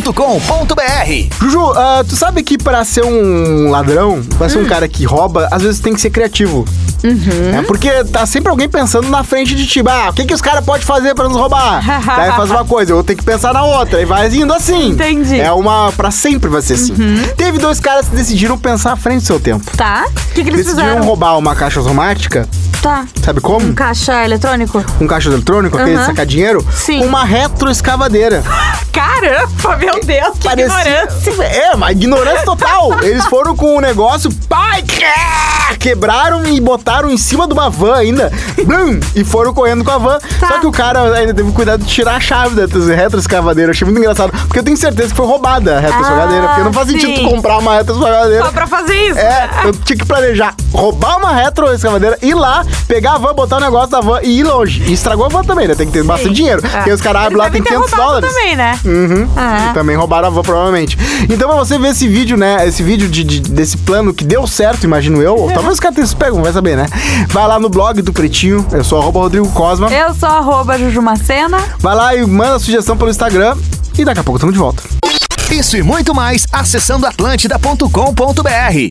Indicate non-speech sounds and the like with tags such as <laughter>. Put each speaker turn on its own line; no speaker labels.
Atlântida.com.br
Juju, ah, tu sabe que pra ser um ladrão, pra
Hum.
ser um cara que rouba, às vezes tem que ser criativo.
Uhum.
É porque tá sempre alguém pensando na frente de ti. Ah, o que, que os caras podem fazer pra nos
<laughs>
roubar? Daí faz uma coisa, eu tenho que pensar na outra. E vai indo assim.
Entendi. Uhum.
É uma. Pra sempre vai ser assim. Teve dois caras que decidiram pensar à frente do seu tempo.
Tá? O que, que eles
decidiram
fizeram?
roubar uma caixa automática.
Tá.
Sabe como?
Um caixa eletrônico?
Um caixa eletrônico, aquele de
Aham.
sacar dinheiro.
Sim.
Uma retroescavadeira.
Caramba, meu Deus, que ignorância.
É, mas ignorância
<laughs>
total. Eles foram com o negócio, pai, que- quebraram e botaram em cima de uma van ainda. Blum, e foram correndo com a van.
Tá.
Só que o cara ainda teve cuidado de tirar a chave da retroescavadeira. Eu achei muito engraçado. Porque eu tenho certeza que foi roubada a retroescavadeira.
Ah,
porque não faz sentido
sim.
tu comprar uma retroescavadeira.
Só pra fazer isso.
É, eu tinha que planejar roubar uma retroescavadeira, ir lá, pegar a van, botar o negócio da van e ir longe. E estragou a van também, né? Tem que ter bastante dinheiro. Porque os caras abrem lá, tem
É. Eles devem ter
500
roubado
dólares.
também, né?
Uhum.
Ah.
E também roubaram a van, provavelmente. Então, pra você ver esse vídeo, né? Esse vídeo de- de- desse plano que deu certo, imagino eu. Ou talvez os caras tenham se pego, vai saber, né? Vai lá no blog do Pretinho. Eu sou arroba Rodrigo Cosma.
Eu sou arroba Jujumacena.
Vai lá e manda sugestão pelo Instagram. E daqui a pouco tamo de volta.
Isso e muito mais acessando atlântida.com.br